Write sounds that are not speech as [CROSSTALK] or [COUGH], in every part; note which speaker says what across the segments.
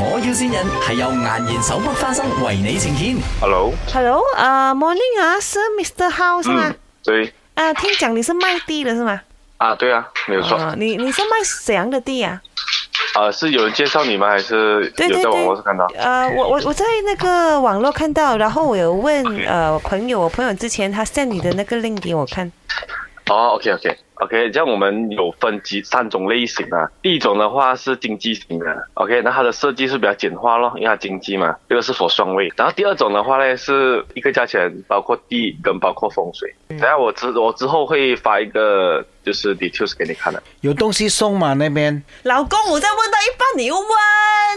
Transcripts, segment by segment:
Speaker 1: 我要先人係由顏然手剝花生為你呈現。
Speaker 2: Hello，
Speaker 3: Hello，呃，Morning 啊，是 Mr. House 吗
Speaker 2: 嗯？，对，
Speaker 3: 啊，听讲你是卖地的是吗？
Speaker 2: 啊，对啊，没有错，
Speaker 3: 啊，你你是卖怎样的地啊？
Speaker 2: 啊，是有人介绍你吗？还是
Speaker 3: 对
Speaker 2: 有
Speaker 3: 对
Speaker 2: 在网
Speaker 3: 对
Speaker 2: 络上看到？
Speaker 3: 呃，我我我在那个网络看到，然后我有问呃我朋友，我朋友之前他 send 你的那个 link 给我看。
Speaker 2: 哦，OK，OK，OK，这样我们有分几三种类型啊。第一种的话是经济型的，OK，那它的设计是比较简化咯，因为它经济嘛，这个是否双位。然后第二种的话呢，是一个价钱，包括地跟包括风水。
Speaker 3: 嗯
Speaker 2: 等下我之我之后会发一个就是 details 给你看的。
Speaker 4: 有东西送吗？那边
Speaker 3: 老公，我在问到一半，你又问。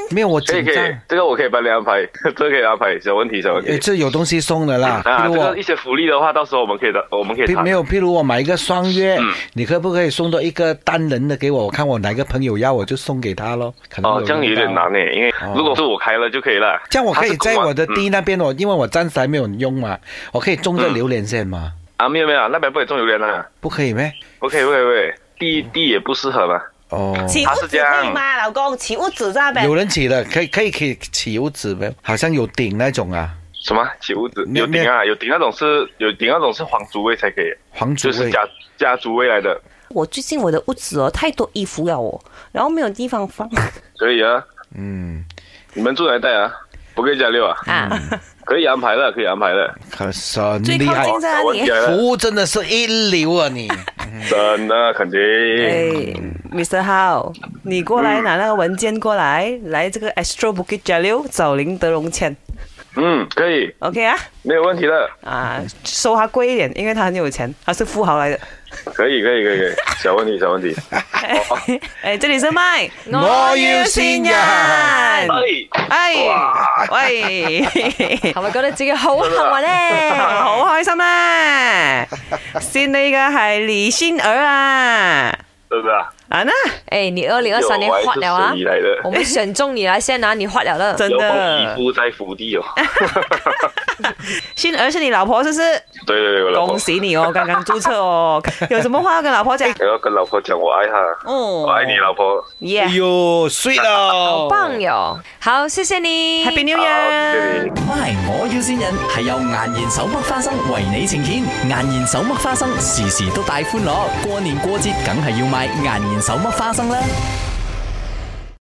Speaker 4: 没有，我
Speaker 2: 可以
Speaker 4: 紧
Speaker 2: 可以
Speaker 4: 张。，
Speaker 2: 这个我可以帮你安排， [LAUGHS] 这个可以安排，小问题小问
Speaker 4: 呃，
Speaker 2: 题。
Speaker 4: 这有东西送的
Speaker 2: [LAUGHS]
Speaker 4: 啦，譬
Speaker 2: 啊，
Speaker 4: 如
Speaker 2: 这
Speaker 4: 我
Speaker 2: 个一些福利的话，到时候我们可以的，我们可以
Speaker 4: 譬
Speaker 2: 谈
Speaker 4: 没。有，譬如我买一个双月
Speaker 2: 嗯，
Speaker 4: 你可不可以送到一个单人的给我？我看我哪个朋友要，我就送给他咯。可能
Speaker 2: 哦
Speaker 4: 有，
Speaker 2: 这样有点
Speaker 4: 用到
Speaker 2: 难。诶，因为
Speaker 4: 哦
Speaker 2: 如果是我开了就可以了。
Speaker 4: 这样我可以在我的
Speaker 2: 地
Speaker 4: 地那边，我因为我暂时还没有用嘛，我可以种这榴莲先嘛？
Speaker 2: 啊，没有没有，啊那边不能种榴莲的。
Speaker 4: 不可以咩？
Speaker 2: 不可以，不可以，不可以，地地也不适合嘛。
Speaker 4: 哦，
Speaker 3: 起
Speaker 2: 他
Speaker 3: 屋
Speaker 2: 是
Speaker 3: 子
Speaker 2: 这样
Speaker 3: 可以吗？老公，起屋子啊在呗
Speaker 4: 有。人起的，可以可以可以起屋子没有？好像有顶那种啊，
Speaker 2: 什么起屋子
Speaker 4: 没有
Speaker 2: 有顶啊？有顶那种是有顶那种是皇族位才可以，
Speaker 4: 黄竹
Speaker 2: 就是
Speaker 4: 味。
Speaker 2: 家家族位来的。
Speaker 3: 我最近我的屋子哦太多衣服了哦，然后没有地方放
Speaker 2: 所以啊，
Speaker 4: 嗯，
Speaker 2: 你们住哪一带啊？不可以加六啊？
Speaker 3: [LAUGHS] 啊。
Speaker 2: 可以安排的，可以安排的。
Speaker 4: 可神
Speaker 3: 最
Speaker 4: 厉
Speaker 3: 靠
Speaker 4: 害，
Speaker 3: 近在
Speaker 2: 小
Speaker 3: 哪
Speaker 2: 问题
Speaker 3: 里？
Speaker 2: 来了，
Speaker 4: 服务真的是一流啊你。
Speaker 2: 真的肯定。
Speaker 3: 哎，Mr. How，你过来拿那个文件过来，来这个 Astro Bukit Jalil 找林德荣签
Speaker 2: 嗯，可以，
Speaker 3: ，OK 啊？
Speaker 2: 没有问题的，
Speaker 3: 啊，收他贵一点，因为他很有钱，他是富豪来的。
Speaker 2: 可以，可以，可以，可以，小问题，小问题。
Speaker 3: 哎，这里是麦，
Speaker 4: 我要先人
Speaker 2: 哎，
Speaker 3: 哎
Speaker 2: 哇，
Speaker 5: [LAUGHS]
Speaker 3: 喂，
Speaker 5: 係咪覺得自己好幸運咧？
Speaker 3: [LAUGHS] 好開心啊！先呢嘅係哎李仙兒啊，
Speaker 2: 真的啊，
Speaker 3: 啊呢，
Speaker 5: 诶、你二零二三年
Speaker 2: 有
Speaker 5: 發了啊
Speaker 2: 我还是！谁来的
Speaker 5: 我们选
Speaker 3: [LAUGHS]
Speaker 5: 中你来先拿你发了了。
Speaker 3: 真
Speaker 2: 有帮
Speaker 3: 的
Speaker 2: 姨，夫在福地哦。 [LAUGHS]
Speaker 3: 仙兒是你老婆是不是？
Speaker 2: 对对对，我老婆
Speaker 3: 恭喜你哦，刚刚注册哦，有什么话要跟老
Speaker 5: [LAUGHS]
Speaker 3: 婆讲？
Speaker 2: 我要跟老婆讲，我爱她，
Speaker 3: 哦
Speaker 2: 我爱你，老婆。
Speaker 4: 哎
Speaker 3: ，Yeah，Happy
Speaker 4: 呦，啊睡了
Speaker 5: 好。棒哟！好，谢谢你。
Speaker 3: 哦 New
Speaker 2: 好，谢
Speaker 3: Year！
Speaker 2: 啊谢你。
Speaker 1: My，我要先人係由顏然手剝花生為你呈現。顏然手剝花生時時都帶歡樂，過年過節梗係要買顏然手剝花生啦。